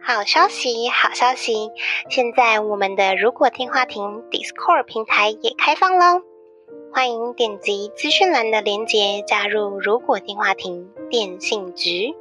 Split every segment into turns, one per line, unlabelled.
好消息，好消息！现在我们的如果电话亭 Discord 平台也开放喽，欢迎点击资讯栏的链接加入如果电话亭电信局。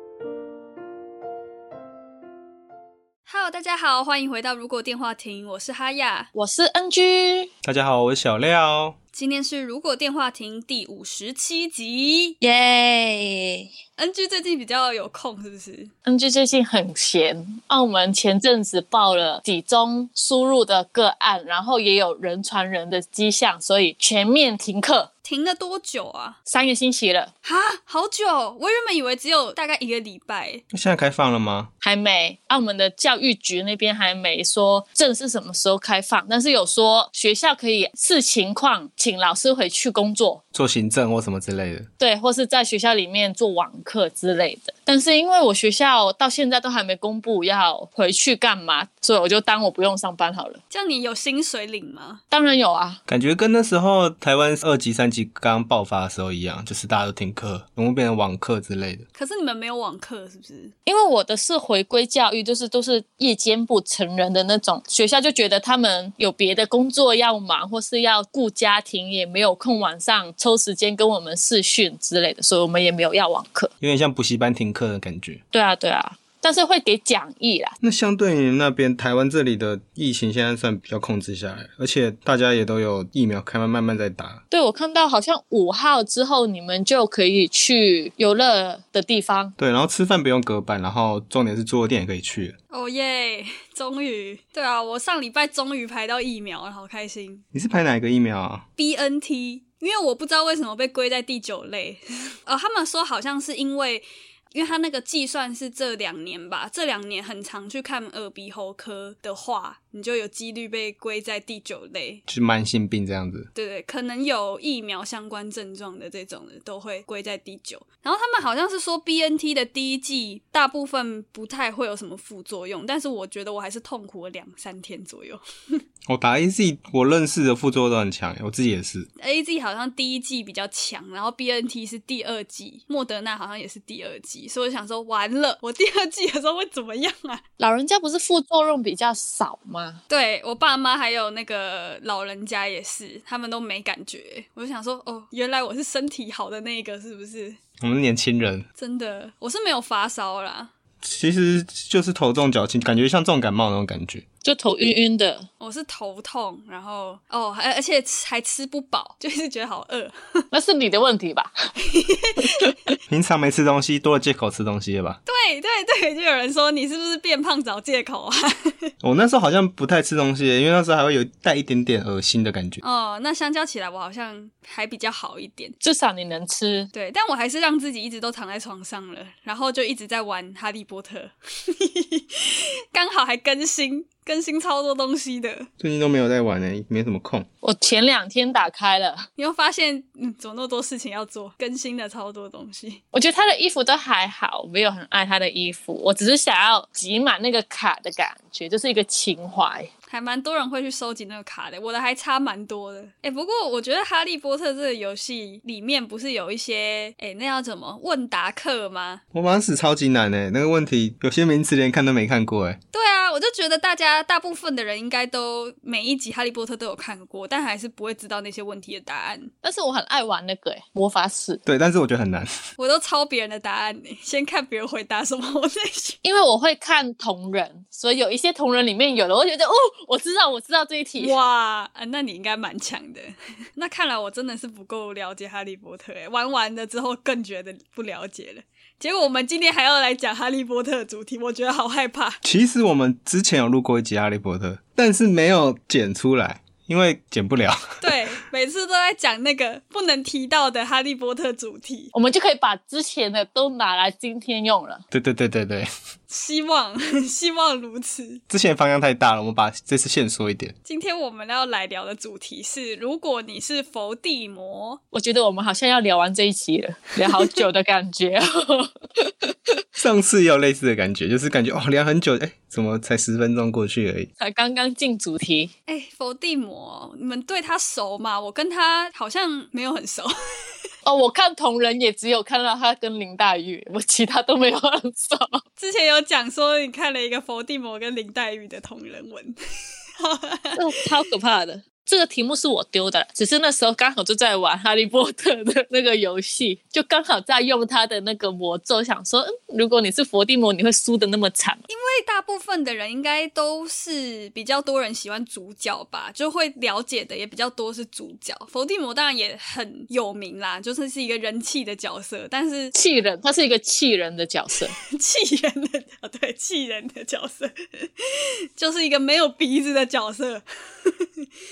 Hello，大家好，欢迎回到《如果电话亭》，我是哈亚。
我是 NG，
大家好，我是小廖。
今天是《如果电话亭》第五十七集。
耶、
NG 最近比较有空，是不是？
NG 最近很闲，澳门前阵子报了几宗输入的个案，然后也有人传人的迹象，所以全面停课
停了多久啊？
三个星期了，
哈，好久！我原本以为只有大概一个礼拜。
那现在开放了吗？
还没。澳门的教育局那边还没说正式什么时候开放，但是有说学校可以视情况请老师回去工作，
做行政或什么之类的？
对，或是在学校里面做网课之类的。但是因为我学校到现在都还没公布要回去干嘛，所以我就当我不用上班好了。
这样你有薪水领吗？
当然有啊，
感觉跟那时候台湾二级、三级刚爆发的时候一样，就是大家都停课，全部变成网课之类的。
可是你们没有网课，是不是？
因为我的是回归教育，就是都是夜间部成人的那种学校，就觉得他们有别的工作要忙，或是要顾家庭，也没有空晚上抽时间跟我们视讯之类的，所以我们也没有要网课。
有点像补习班停课的感觉。
对啊，对啊，但是会给讲义啦。
那相对于那边台湾这里的疫情，现在算比较控制下来，而且大家也都有疫苗，开慢慢慢在打。
对，我看到好像五号之后你们就可以去游乐的地方。
对，然后吃饭不用隔板，然后重点是桌游店也可以去了。
哦耶！终于，对啊，我上礼拜终于排到疫苗了，好开心。
你是拍哪一个疫苗啊？
BNT，因为我不知道为什么被归在第九类。 呃，他们说好像是因为，因为他那个计算是这两年吧，这两年很常去看耳鼻喉科的话，你就有几率被归在第九类。
就是慢性病这样子。
对对，可能有疫苗相关症状的这种的都会归在第九。然后他们好像是说 BNT 的第一剂大部分不太会有什么副作用，但是我觉得我还是痛苦了两三天左右。
我打 A Z，我认识的副作用都很强，我自己也是。
A Z 好像第一季比较强，然后 B N T 是第二季，莫德纳好像也是第二季，所以我想说，完了，我第二季的时候会怎么样啊？
老人家不是副作用比较少吗？
对我爸妈还有那个老人家也是，他们都没感觉。我就想说，哦，原来我是身体好的那一个，是不是？
我们年轻人
真的，我是没有发烧啦，
其实就是头重脚轻，感觉像重感冒那种感觉。
就头晕晕的，
我是头痛，然后哦，还而且吃还吃不饱，就是觉得好饿。
那是你的问题吧？
平常没吃东西，多了借口吃东西了吧？
对对对，就有人说你是不是变胖找借口啊？
我那时候好像不太吃东西，因为那时候还会有带一点点恶心的感觉。
哦，那相较起来，我好像还比较好一点。
至少你能吃。
对，但我还是让自己一直都躺在床上了，然后就一直在玩《哈利波特》， 刚好还更新，更新超多东西的。
最近都没有在玩呢、欸没什么空。
我前两天打开了，
你会发现，嗯，怎么那么多事情要做，更新的超多东西。
我觉得他的衣服都还好，没有很爱他的衣服，我只是想要集满那个卡的感觉，就是一个情怀。
还蛮多人会去收集那个卡的，我的还差蛮多的。哎、不过我觉得《哈利波特》这个游戏里面不是有一些，哎、那要怎么问答课吗？
我玩死超级难诶、那个问题有些名词连看都没看过诶、欸
对啊，我就觉得大家大部分的人应该都每一集《哈利波特》都有看过，但还是不会知道那些问题的答案。
但是我很爱玩那个、欸、魔法使，
对，但是我觉得很难。
我都抄别人的答案呢，先看别人回答什么，我再 写。
因为我会看同人，所以有一些同人里面有的，我觉得哦，我知道，我知道这一题。
哇，啊那你应该蛮强的。 那看来我真的是不够了解《哈利波特》哎，玩完了之后更觉得不了解了。结果我们今天还要来讲《哈利波特》的主题，我觉得好害怕。
其实我们之前有录过一集《哈利波特》，但是没有剪出来，因为减不了。
对，每次都在讲那个不能提到的《哈利波特》主题，
我们就可以把之前的都拿来今天用了。
对对对对对，
希望 希望如此。
之前方向太大了，我们把这次线缩一点。
今天我们要来聊的主题是：如果你是伏地魔，
我觉得我们好像要聊完这一期了，聊好久的感觉。
上次也有类似的感觉，就是感觉哦聊很久，哎，怎么才十分钟过去而已？
才刚刚进主题，
哎，伏地魔，哦你们对他熟吗？我跟他好像没有很熟。
哦，我看同人也只有看到他跟林黛玉，我其他都没有很熟。
之前有讲说你看了一个伏地魔跟林黛玉的同人文，
哦，超可怕的。这个题目是我丢的，只是那时候刚好就在玩《哈利波特》的 那个游戏，就刚好在用他的那个魔咒，想说，嗯，如果你是伏地魔，你会输的那么惨吗。
对大部分的人应该都是比较多人喜欢主角吧，就会了解的也比较多是主角。伏地魔当然也很有名啦，就是是一个人气的角色，但是
气人，他是一个气人的角色，
气人的啊，对，气人的角色 就是一个没有鼻子的角色。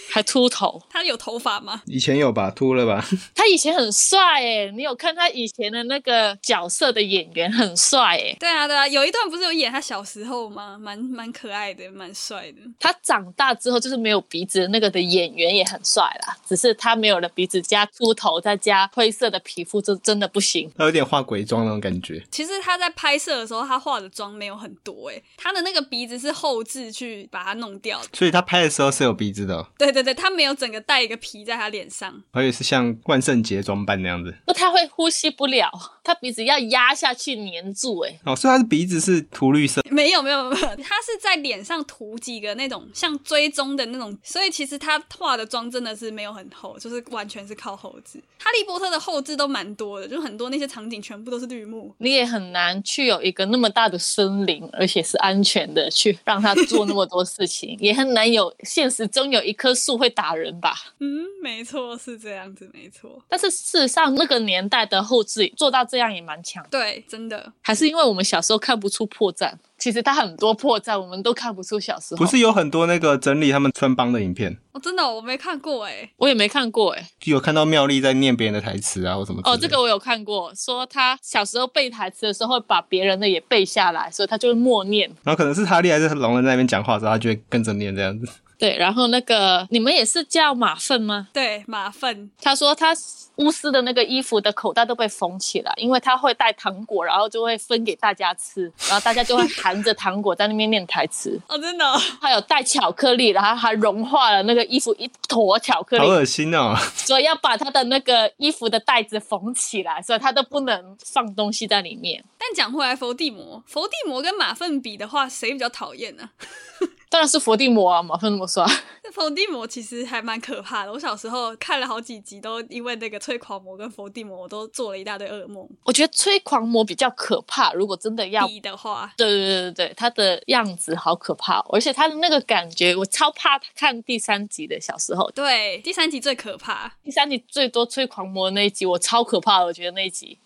还秃头。
他有头发吗？
以前有吧，秃了吧？
他以前很帅诶，你有看他以前的那个角色的演员很帅欸诶，
对啊，对啊，有一段不是有演他小时候吗？蛮蛮可爱的，蛮帅的。
他长大之后就是没有鼻子的那个的演员也很帅啦，只是他没有了鼻子加秃头再加灰色的皮肤，就真的不行。
他有点化鬼妆那种感觉。
其实他在拍摄的时候，他化的妆没有很多、欸，诶，他的那个鼻子是后置去把它弄掉的。
所以他拍的时候是有鼻子的、哦，
对对对，他没有整个戴一个皮在他脸上。
而且是像万圣节装扮那样子。
不，他会呼吸不了，他鼻子要压下去粘住哎诶。
哦，所以他的鼻子是涂绿色。
没有没有没有，他是在脸上涂几个那种像追踪的那种，所以其实他化的妆真的是没有很厚，就是完全是靠后置。哈利波特的后置都蛮多的，就很多那些场景全部都是绿幕。
你也很难去有一个那么大的森林，而且是安全的去让他做那么多事情，也很难有现实中有一棵树会打人吧。
嗯，没错，是这样子，没错。
但是事实上，那个年代的后置做到这样也蛮强，
对，真的，
还是因为我们小时候看不出破绽。其实它很多破绽，我们都看不出小时候。
不是，有很多那个整理他们穿帮的影片，
我、哦真的我没看过哎、
我也没看过哎、
就有看到妙丽在念别人的台词啊，或什么之类
哦，
的
这个我有看过，说他小时候背台词的时候会把别人的也背下来，所以他就会默念。
然后可能是哈利还是龙人在那边讲话的时候，他就会跟着念这样子。
对，然后那个你们也是叫马粪吗？
对，马粪，
他说他巫师的那个衣服的口袋都被缝起来，因为他会带糖果，然后就会分给大家吃，然后大家就会含着糖果在那边念台 词。
哦，真的哦、
还有带巧克力，然后还融化了那个衣服一坨巧克
好
力，
恶心哦！
所以要把他的那个衣服的袋子缝起来，所以他都不能放东西在里面。
但讲回来，伏地魔，伏地魔跟马粪比的话，谁比较讨厌呢？
当然是伏地魔啊，马粪那么帅。
那伏地魔其实还蛮可怕的。我小时候看了好几集，都因为那个吹狂魔跟伏地魔，我都做了一大堆噩梦。
我觉得吹狂魔比较可怕，如果真的要。
比的话，
对对对对对，他的样子好可怕，哦而且他的那个感觉，我超怕看第三集的。小时候，
对第三集最可怕。
第三集最多吹狂魔那一集，我超可怕的，我觉得那一集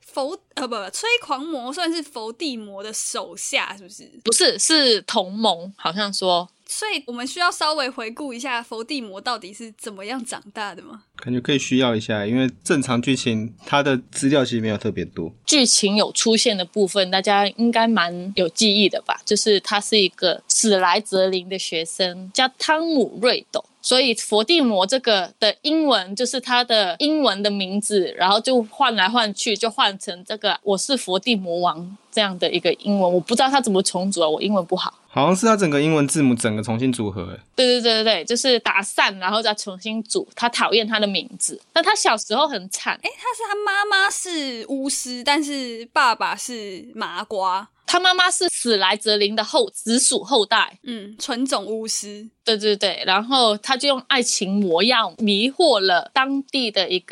伏呃不不，吹狂魔算是伏地魔的手下，是不是？
不是是同盟，好像说
所以我们需要稍微回顾一下伏地魔到底是怎么样长大的吗？
感觉可以需要一下，因为正常剧情它的资料其实没有特别多。
剧情有出现的部分，大家应该蛮有记忆的吧？就是他是一个史莱哲林的学生，叫汤姆瑞斗。所以伏地魔这个的英文就是他的英文的名字，然后就换来换去，就换成这个“我是伏地魔王”这样的一个英文。我不知道他怎么重组啊，我英文不好。
好像是它整个英文字母整个重新组合，哎
对对对对对，就是打散，然后再重新组。他讨厌他的名字，但他小时候很惨，
诶，他是他妈妈是巫师，但是爸爸是麻瓜，
他妈妈是史莱哲林的后直属后代。
嗯，纯种巫师。
对对对，然后他就用爱情魔药迷惑了当地的一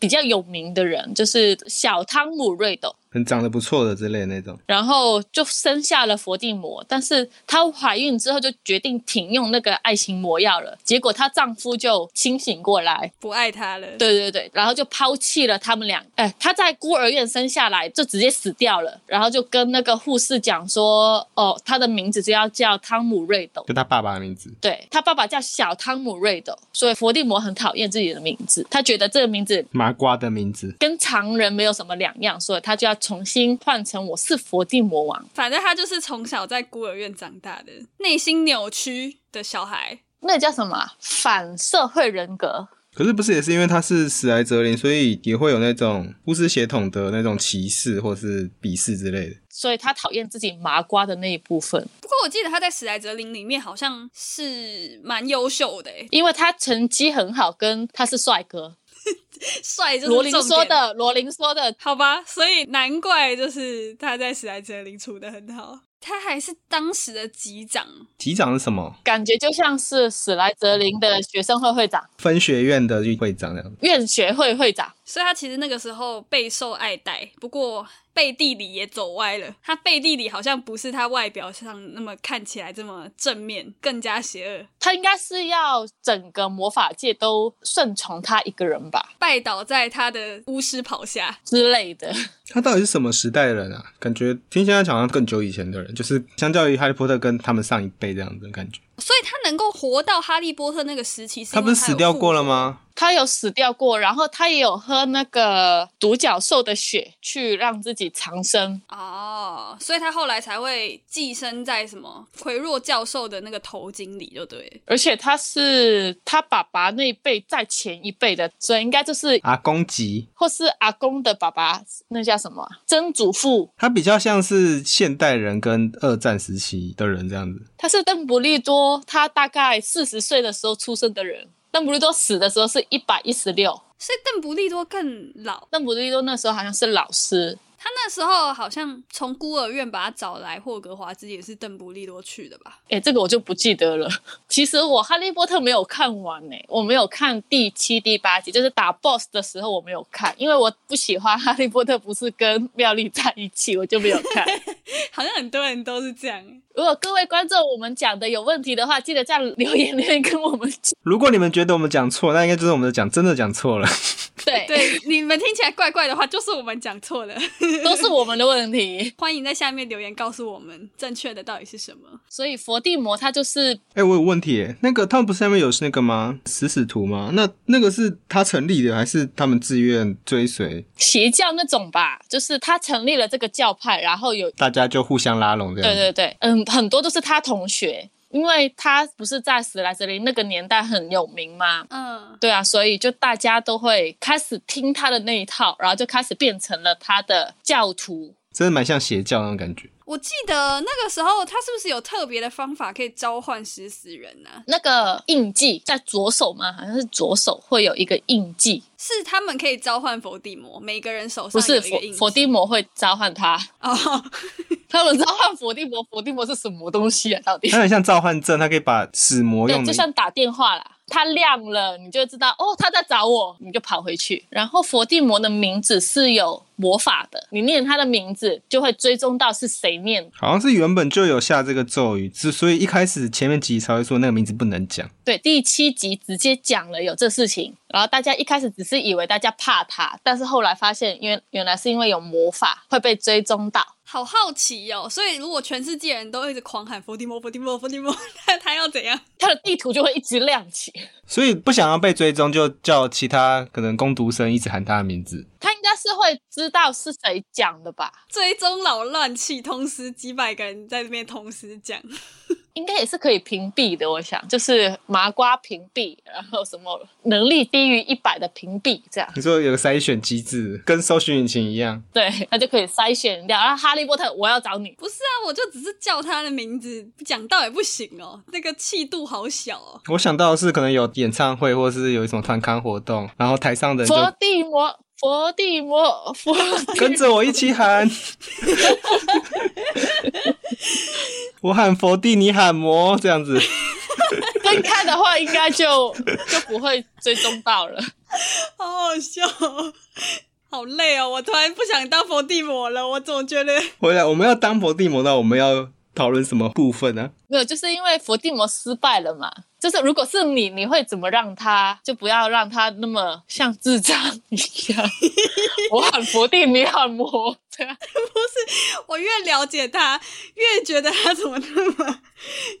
比较有名的人，就是小汤姆瑞斗。
很长得不错的之类的那种。
然后就生下了佛地魔，但是她怀孕之后就决定停用那个爱情魔药了。结果她丈夫就清醒过来，
不爱他了。
对对对，然后就抛弃了他们俩。哎，她在孤儿院生下来就直接死掉了，然后就跟那个护士讲说，哦，她的名字就要叫汤姆瑞斗。
就他爸爸的名字，
对他爸爸叫小汤姆瑞斗，所以佛地魔很讨厌自己的名字，他觉得这个名字
麻瓜的名字。
跟常人没有什么两样，所以他就要重新换成我是佛地魔王。
反正他就是从小在孤儿院长大的，内心扭曲的小孩。
那叫什么啊反社会人格？
可是不是也是因为他是史莱哲林，所以也会有那种巫师血统的那种歧视或是鄙视之类的。
所以他讨厌自己麻瓜的那一部分，
不过我记得他在史莱哲林里面好像是蛮优秀的欸，
因为他成绩很好，跟他是帅哥。
帅就是
罗琳
重点
说。的，罗琳说的，
好吧，所以难怪就是他在史莱哲林处的很好，他还是当时的级长，
级长是什么？
感觉就像是史莱哲林的学生会会长、
分学院的会长这样。
院学会会长。
所以他其实那个时候备受爱戴，不过背地里也走歪了。他背地里好像不是他外表上那么看起来这么正面，更加邪恶，
他应该是要整个魔法界都顺从他一个人吧
拜倒在他的巫师袍下。
之类的。
他到底是什么时代的人啊？感觉听现在好像更久以前的人，就是相较于哈利波特跟他们上一辈这样子的感觉。
所以他能够活到哈利波特那个时期，是
他
因
不
为
是
他
死
有
掉
复
过了
活？
吗？
他有死掉过，然后他也有喝那个独角兽的血去让自己长生。
哦，所以他后来才会寄生在什么奎若教授的那个头巾里，就对了。
而且他是他爸爸那一辈在前一辈的，所以应该就是
阿公级，
或是阿公的爸爸，那叫什么啊曾祖父？
他比较像是现代人跟二战时期的人这样子。
他是邓布利多，他大概四十岁的时候出生的人。邓布利多死的时候是一百一十六，
是邓布利多更老，
邓布利多那时候好像是老师，
他那时候好像从孤儿院把他找来霍格华兹，也是邓布利多去的吧？
诶，这个我就不记得了。 其实我《哈利波特》没有看完呢、我没有看第七、第八集，就是打 BOSS 的时候我没有看，因为我不喜欢《哈利波特》不是跟妙丽在一起，我就没有看。
好像很多人都是这 样。
如果各位观众我们讲的有问题的话，记得在留言留言跟我们讲。
如果你们觉得我们讲错，那应该就是我们讲真的讲错了。
对，
对，你们听起来怪怪的话，就是我们讲错了。
都是我们的问题。
欢迎在下面留言告诉我们正确的到底是什么。
所以佛地魔他就是
哎、我有问题耶，那个他们不是下面有那个吗？食死徒吗？那那个是他成立的，还是他们自愿追随？
邪教那种吧，就是他成立了这个教派，然后有
大家就互相拉拢这样
对
子。
对对，嗯，很多都是他同学，因为他不是在史莱哲林那个年代很有名嘛。
嗯，
对啊，所以就大家都会开始听他的那一套，然后就开始变成了他的教徒。
真的蛮像邪教那种感觉。
我记得那个时候他是不是有特别的方法可以召唤食死人啊呢、
那个印记在左手吗？好像是左手会有一个印记，
是他们可以召唤伏地魔，每个人手
不
上
是
有一个
佛
印记
佛地魔会召唤他，
哦，
他们召唤佛地魔，佛地魔是什么东西啊？到 底？
它很像召唤阵，它可以把死魔
对，
用的
就像打电话啦，它亮了，你就知道哦，他在找我，你就跑回去。然后佛地魔的名字是有魔法的，你念他的名字就会追踪到是谁念。
好像是原本就有下这个咒语，之所以一开始前面几集才会说那个名字不能讲。
对，第七集直接讲了有这事情，然后大家一开始只是以为大家怕他，但是后来发现原原来是因为有魔法会被追踪到。
好好奇哦。所以如果全世界人都一直狂喊伏地魔、伏地魔、伏地魔， 那他要怎样？
他的地图就会一直亮起，
所以不想要被追踪，就叫其他可能攻读生一直喊他的名字。
他应该是会知道是谁讲的吧？
追踪扰乱器通识几百个人在这边同时讲，
应该也是可以屏蔽的，我想就是麻瓜屏蔽，然后什么能力低于一百的屏蔽，这样
你说有个筛选机制，跟搜寻引擎一样。
对，他就可以筛选掉。然后哈利波特，我要找你，
不是啊，我就只是叫他的名字，讲到也不行哦，那个气度好小哦。
我想到的是可能有演唱会，或是有一种团刊活动，然后台上的人
佛
就
地魔，佛地魔，佛地
跟着我一起喊。我喊佛地，你喊魔，这样子。
分开的话，应 该就就不会追踪到了。
好好笑、哦。好累哦！我突然不想当伏地魔了，我总觉得
回来我们要当佛地魔，那我们要讨论什么部分呢、
没有，就是因为伏地魔失败了嘛。就是如果是你，你会怎么让他？就不要让他那么像智障一样。 我很伏地，你很魔，这样
我越了解他，越觉得他怎么那么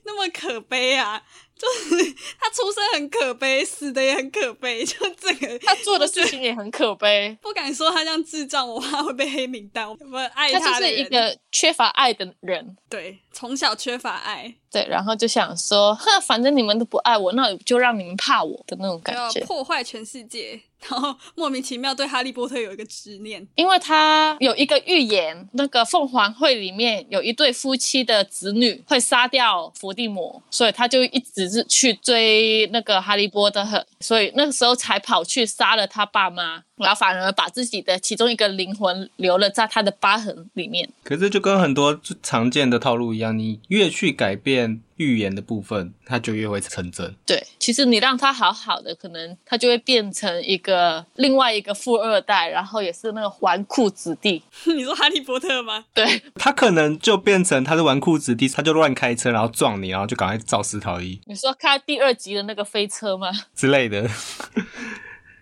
那么可悲啊！就是他出生很可悲，死的也很可悲，就这个
他做的事情也很可悲。
不敢说他像智障，我怕会被黑名单。我爱
他就
的
是一
人，
个缺乏爱的人。
对，从小缺乏爱，
对，然后就想说，哼，反正你们都不爱我，那我就让你们怕我的那种感
要
觉。
破坏全世界，然后莫名其妙对哈利波特有一个执念。
因为他有一个预言，那个凤凰会里面有一对夫妻的子女会杀掉伏地魔，所以他就一直是去追那个哈利波特，所以那个时候才跑去杀了他爸妈，然后反而把自己的其中一个灵魂留了在他的疤痕里面。
可是就跟很多常见的套路一样，你越去改变预言的部分，它就越会成真。
对，其实你让他好好的，可能他就会变成一个另外一个富二代，然后也是那个纨绔子弟。
你说哈利波特吗？
对，
他可能就变成他是纨绔子弟，他就乱开车，然后撞你，然后就赶快肇事逃逸
你说看第二集的那个飞车吗？
之类的。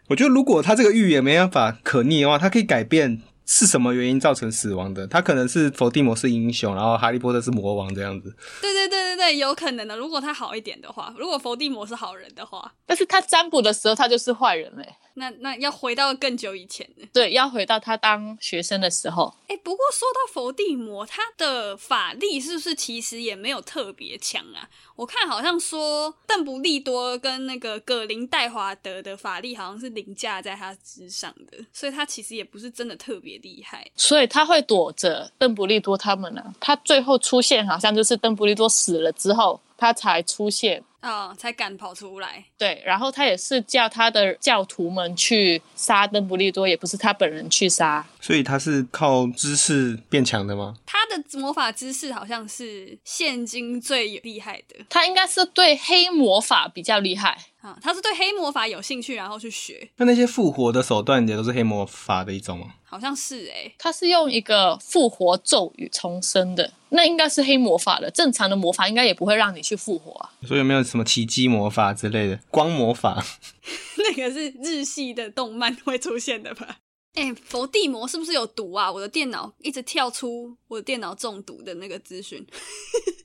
我觉得如果他这个预言没办法可逆的话，他可以改变是什么原因造成死亡的。他可能是伏地魔是英雄，然后哈利波特是魔王这样子。
对对对对对，有可能的。如果他好一点的话，如果伏地魔是好人的话，
但是他占卜的时候，他就是坏人欸嘞、
那那要回到更久以前呢。
对，要回到他当学生的时候，
哎，不过说到伏地魔，他的法力是不是其实也没有特别强啊？我看好像说邓布利多跟那个葛林戴华德的法力好像是凌驾在他之上的，所以他其实也不是真的特别厉害。
所以他会躲着邓布利多他们呢、他最后出现好像就是邓布利多死了之后，他才出现。
啊、才敢跑出来。
对，然后他也是叫他的教徒们去杀邓布利多，也不是他本人去杀。
所以他是靠知识变强的吗？
他的魔法知识好像是现今最厉害的
他应该是对黑魔法比较厉害。
啊，他是对黑魔法有兴趣，然后去学，
那那些复活的手段也都是黑魔法的一种吗？
好像是欸诶、
他是用一个复活咒语重生的，那应该是黑魔法了。正常的魔法应该也不会让你去复活啊。
所以有没有什么奇迹魔法之类的光魔法？
那个是日系的动漫会出现的吧？哎、伏地魔是不是有毒啊？我的电脑一直跳出我的电脑中毒的那个资讯。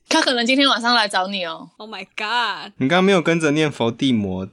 他可能今天晚上来找你哦。
Oh my god！
你刚刚没有跟着念伏地魔，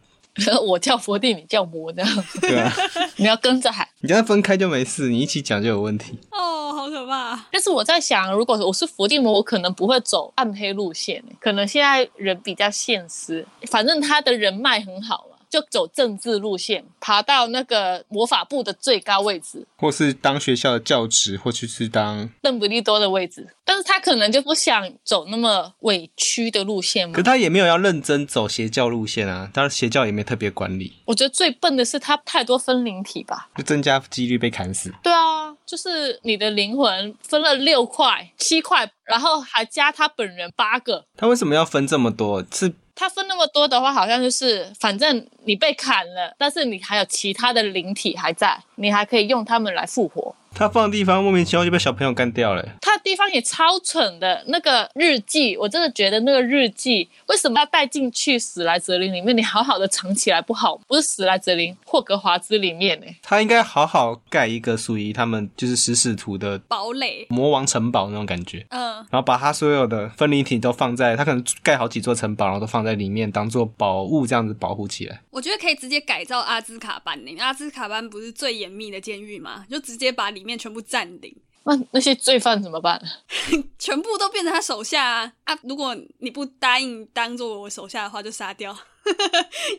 我叫佛地，你叫魔这样，
对吧、
你要跟着喊。
你跟他分开就没事，你一起讲就有问题。
哦，好可怕！
但是我在想，如果我是伏地魔，我可能不会走暗黑路线，可能现在人比较现实，反正他的人脉很好嘛，就走政治路线，爬到那个魔法部的最高位置，
或是当学校的教职，或去是当……
邓布利多的位置。但是他可能就不想走那么委屈的路线
嗯可
嘛。
他也没有要认真走邪教路线啊，当然邪教也没特别管理，
我觉得最笨的是他太多分灵体吧。
就增加几率被砍死。
对啊，就是你的灵魂分了六块、七块，然后还加他本人八个，
他为什么要分这么多？是
他分那么多的话，好像就是反正你被砍了，但是你还有其他的灵体还在，你还可以用他们来复活。
他放的地方莫名其妙就被小朋友干掉了。
他的地方也超蠢的，那个日记，我真的觉得那个日记为什么要带进去史莱哲林里面？你好好的藏起来不好？不是史莱哲林，霍格华兹里面呢、
他应该好好盖一个属于他们就是食使徒的
堡垒，
魔王城堡那种感觉。
嗯、
然后把他所有的分离体都放在，他可能盖好几座城堡，然后都放在里面当做宝物这样子保护起来。
我觉得可以直接改造阿兹卡班呢、阿兹卡班不是最严密的监狱吗？就直接把里面全部占领。
那那些罪犯怎么办？
全部都变成他手下啊！啊，如果你不答应当做我手下的话，就杀掉。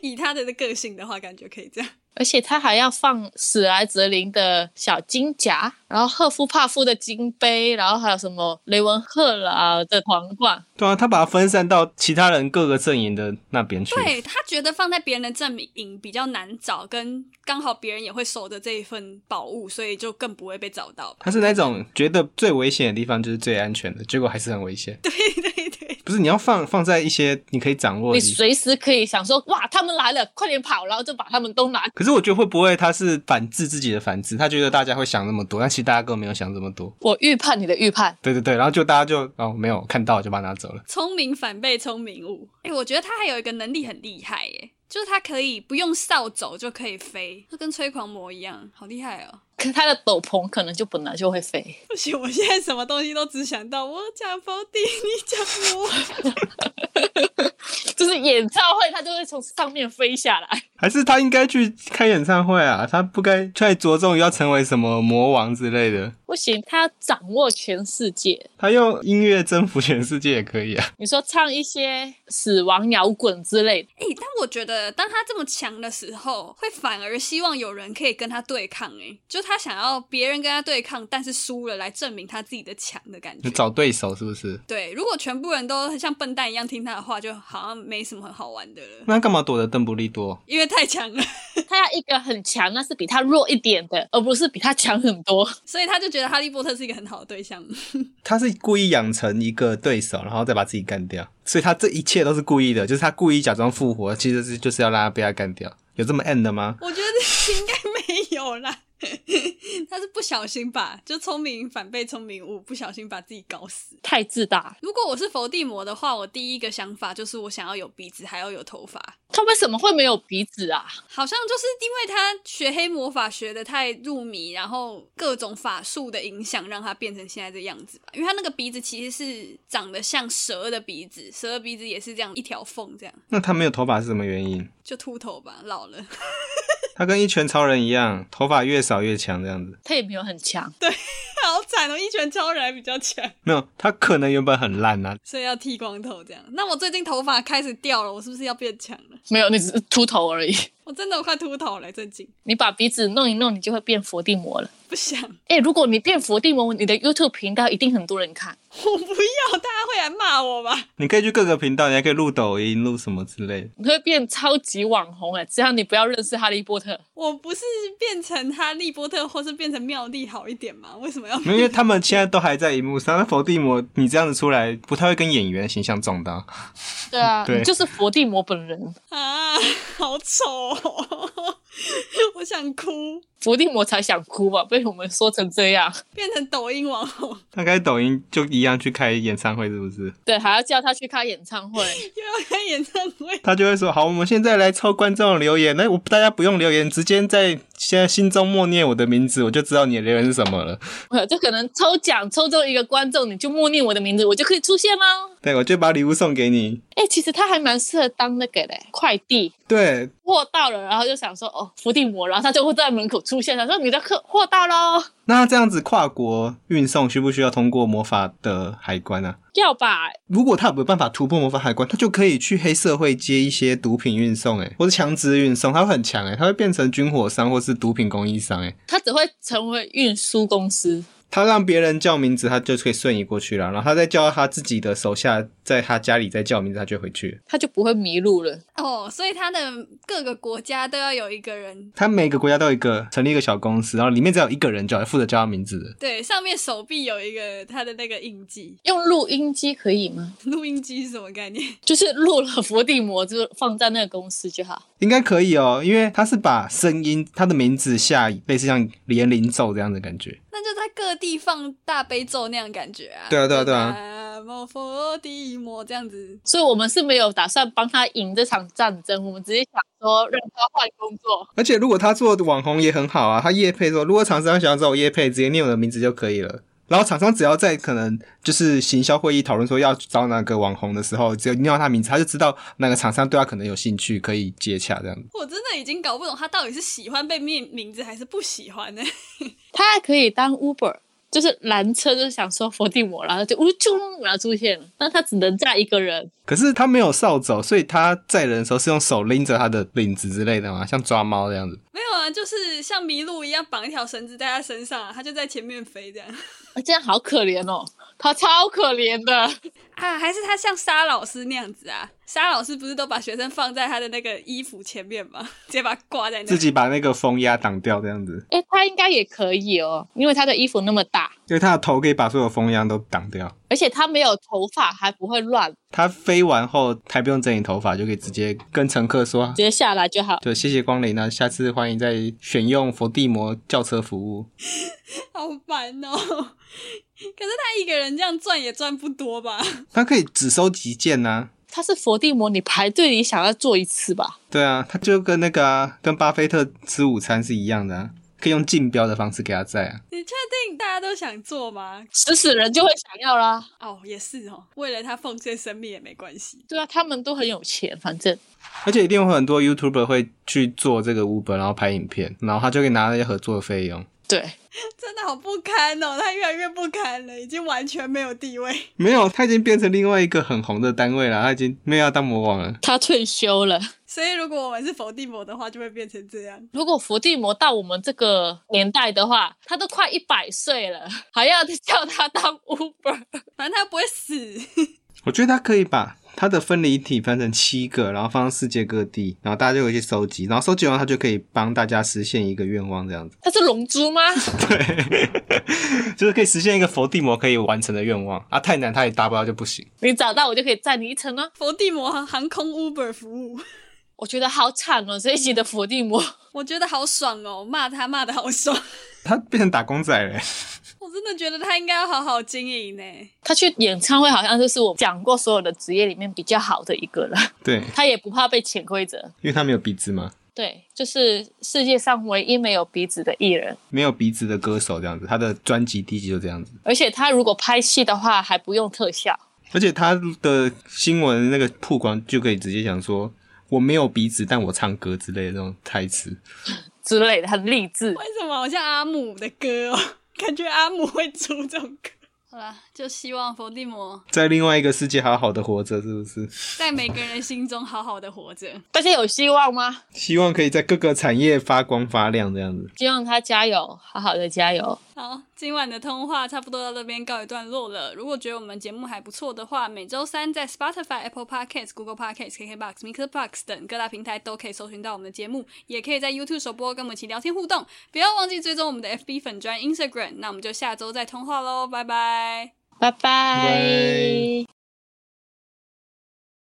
以他的个性的话，感觉可以这样。
而且他还要放史莱哲林的小金夹，然后赫夫帕夫的金杯，然后还有什么雷文赫劳的皇冠。
对啊，他把它分散到其他人各个阵营的那边去。
对他觉得放在别人的阵营比较难找，跟刚好别人也会守着这一份宝物，所以就更不会被找到吧。
他是那种觉得最危险的地方就是最安全的，结果还是很危险。
对对对
不是你要放放在一些你可以掌握
你
的地方。
随时可以想说，哇，他们来了，快点跑，然后就把他们都拿。
可是我觉得会不会他是反制自己的反制？他觉得大家会想那么多，但其实大家根本没有想这么多。
我预判你的预判，
对对对，然后就大家就哦没有看到就把它拿走了。
聪明反被聪明误。哎、我觉得他还有一个能力很厉害耶，就是他可以不用扫帚就可以飞，就跟吹狂魔一样，好厉害哦！
可他的斗篷可能就本来就会飞。
不行，我现在什么东西都只想到我讲伏地，你讲我。
就是演唱会，他就会从上面飞下来。
还是他应该去开演唱会啊？他不该太着重于要成为什么魔王之类的。
不行，他要掌握全世界。
他用音乐征服全世界也可以啊。
你说唱一些死亡摇滚之类的，
哎、但我觉得当他这么强的时候，会反而希望有人可以跟他对抗、哎，就他想要别人跟他对抗，但是输了来证明他自己的强的感觉
就。找对手是不是？
对，如果全部人都很像笨蛋一样听他的话，就好像没什么很好玩的了，
那干嘛躲着邓布利多？
因为太强了，
他要一个很强，但是比他弱一点的，而不是比他强很多。
所以他就觉得哈利波特是一个很好的对象。
他是故意养成一个对手，然后再把自己干掉，所以他这一切都是故意的，就是他故意假装复活，其实是就是要让他被他干掉。有这么 end 的吗？
我觉得应该没有啦， 他是不小心吧，就聪明反被聪明误，不小心把自己搞死。
太自大，
如果我是伏地魔的话，我第一个想法就是我想要有鼻子，还要有头发。
他为什么会没有鼻子啊？
好像就是因为他学黑魔法学的太入迷，然后各种法术的影响，让他变成现在这样子吧。因为他那个鼻子其实是长得像蛇的鼻子，蛇的鼻子也是这样一条缝，这样
那他没有头发是什么原因？
就秃头吧，老了。
他跟一拳超人一样，头发越少越强这样子。
他也没有很强，
好惨哦，一拳超人还比较强，
没有，他可能原本很烂啊，
所以要剃光头这样。那我最近头发开始掉了，我是不是要变强了？
没有，你只是秃头而已。
我真的快秃头了，最近
你把鼻子弄一弄，你就会变伏地魔了。
不想，
哎，如果你变伏地魔，你的 YouTube 频道一定很多人看。
我不要，大家会来骂我吧？
你可以去各个频道，你还可以录抖音、录什么之类的。
你会变超级网红哎，只要你不要认识哈利波特，
我不是变成哈利波特，或是变成妙丽好一点吗？为什么要
没有，因为他们现在都还在荧幕上。那伏地魔，你这样子出来，不太会跟演员的形象撞到。
对啊
对
你就是伏地魔本人。
啊， 好丑、哦， 我想哭，
伏地魔才想哭吧，被我们说成这样，
变成抖音网红，
他开抖音就一样去开演唱会，是不是？
对，还要叫他去开演唱 会，
又要开演唱会。
他就会说：“好，我们现在来抽观众的留言。那我大家不用留言，直接在现在心中默念我的名字，我就知道你的留言是什么了。
呃就可能抽奖抽中一个观众，你就默念我的名字，我就可以出现啦。
对，我就把礼物送给你。
哎、其实他还蛮适合当那个嘞，快递
对，
货到了，然后就想说哦，伏地魔，然后他就会在门口出现，他说你的客货到喽，
那这样子跨国运送需不需要通过魔法的海关啊？
要吧？
如果他有办法突破魔法海关，他就可以去黑社会接一些毒品运送、欸，或是强制运送，他会很强诶、欸，他会变成军火商或是毒品供应商诶、欸。
他只会成为运输公司，
他让别人叫名字，他就可以瞬移过去了，然后他再叫他自己的手下，在他家里再叫名字，他就回去了。
他就不会迷路了。
哦，所以他的各个国家都要有一个人，
他每个国家都有一个成立一个小公司，然后里面只要有一个人叫负责叫他名字的。
对，上面手臂有一个他的那个印记，
用录音机可以吗？
录音机是什么概念？
就是录了伏地魔，就放在那个公司就好。
应该可以哦，因为他是把声音，他的名字下类似像连铃咒这样的感觉。
那就在各地放大悲咒那样感觉啊。
对啊对啊对啊
南无佛地魔这样子，
所以我们是没有打算帮他赢这场战争，我们只是想说让他换工作。
而且如果他做网红也很好啊，他业配说，如果厂商想要找我业配，直接念我的名字就可以了。然后厂商只要在可能就是行销会议讨论说要找哪个网红的时候，只要念到他名字，他就知道哪个厂商对他可能有兴趣，可以接洽这样。
我真的已经搞不懂他到底是喜欢被命名字还是不喜欢呢、
他还可以当 Uber，就是拦车，就是想说伏地魔，然后就呜啾，然后出现了。但他只能载一个人，
可是他没有扫帚，所以他载人的时候是用手拎着他的领子之类的嘛，像抓猫这样子。
没有啊，就是像麋鹿一样绑一条绳子在他身上、啊，他就在前面飞这样
啊这样好可怜哦，他超可怜的。
啊，还是他像沙老师那样子啊？沙老师不是都把学生放在他的那个衣服前面吗？ 直接把他挂在那
自。己把那个风压挡掉，这样子。
哎，他应该也可以哦，因为他的衣服那么大，
因为它的头可以把所有风一样都挡掉。
而且它没有头发，还不会乱，
它飞完后还不用整理头发，就可以直接跟乘客说
直接下来就好。
对，谢谢光临那下次欢迎再选用佛地魔轿车服务。
好烦哦、 可是他一个人这样赚也赚不多吧？
它可以只收集啊件呐、
它是佛地魔，你排队你想要做一次吧？
对啊，它就跟那个、啊、跟巴菲特吃午餐是一样的、啊，可以用竞标的方式给他在啊。
你确定大家都想做吗？
死死人就会想要啦。
哦，也是哦，为了他奉献生命也没关系。
对啊，他们都很有钱，反正
而且一定会很多 YouTuber 会去做这个 Uber，然后拍影片，然后他就可以拿那些合作的费用。
对，
真的好不堪哦，他越来越不堪了，已经完全没有地位。
没有，他已经变成另外一个很红的单位了，他已经没有要当魔王了。
他退休了。
所以如果我们是否定魔的话，就会变成这样。
如果伏地魔到我们这个年代的话，他都快一百岁了，还要叫他当 Uber，
反正他不会死。
我觉得他可以把他的分离体分成七个，然后放到世界各地，然后大家就可以去收集，然后收集完他就可以帮大家实现一个愿望，这样子。
他是龙珠吗？
对， 就是可以实现一个佛地魔可以完成的愿望啊！太难他也达不到就不行。
你找到我就可以载你一程呢、
佛地魔航空 Uber 服务，
我觉得好惨哦，这一集的伏地魔，
我觉得好爽哦，骂他骂的好爽，
他变成打工仔了。
我真的觉得他应该要好好经营呢。
他去演唱会好像就是我讲过所有的职业里面比较好的一个了，
对，
他也不怕被潜规则。
因为他没有鼻子嘛，
对，就是世界上唯一没有鼻子的艺人，
没有鼻子的歌手这样子，他的专辑第一集就这样子。
而且他如果拍戏的话还不用特效，
而且他的新闻那个曝光就可以直接讲说。我没有鼻子，但我唱歌之类的那种台词，
之类的，很励志。
为什么好像阿姆的歌哦？ 感觉阿姆会出这种歌。好啦，就希望伏地魔
在另外一个世界好好的活着，是不是？
在每个人心中好好的活着。
大家有希望吗？
希望可以在各个产业发光发亮这样子。
希望他加油，好好的加油。
好，今晚的通话差不多到这边告一段落了。如果觉得我们节目还不错的话，每周三在 Spotify、Apple Podcasts、Google Podcasts、KKBox、Mixer Box 等各大平台都可以搜寻到我们的节目，也可以在 YouTube 首播跟我们一起聊天互动。不要忘记追踪我们的 FB 粉专 Instagram。那我们就下周再通话喽，拜拜。
拜
拜
拜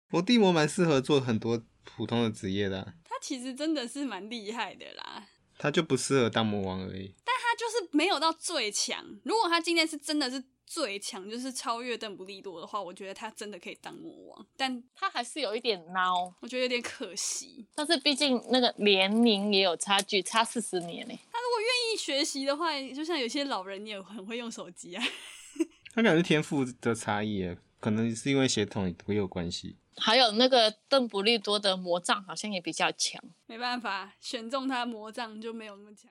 伏地魔蛮适合做很多普通的职业的啊、
他其实真的是蛮厉害的啦。
他就不适合当魔王而已。
他就是没有到最强。如果他今天是真的是最强，就是超越邓布利多的话，我觉得他真的可以当魔王，但
他还是有一点孬，
我觉得有点可惜。
但是毕竟那个年龄也有差距，差四十年呢、
他如果愿意学习的话，就像有些老人也很会用手机啊。
他感觉是天赋的差异耶，可能是因为血统也有关系。
还有那个邓布利多的魔杖好像也比较强。
没办法，选中他魔杖就没有那么强。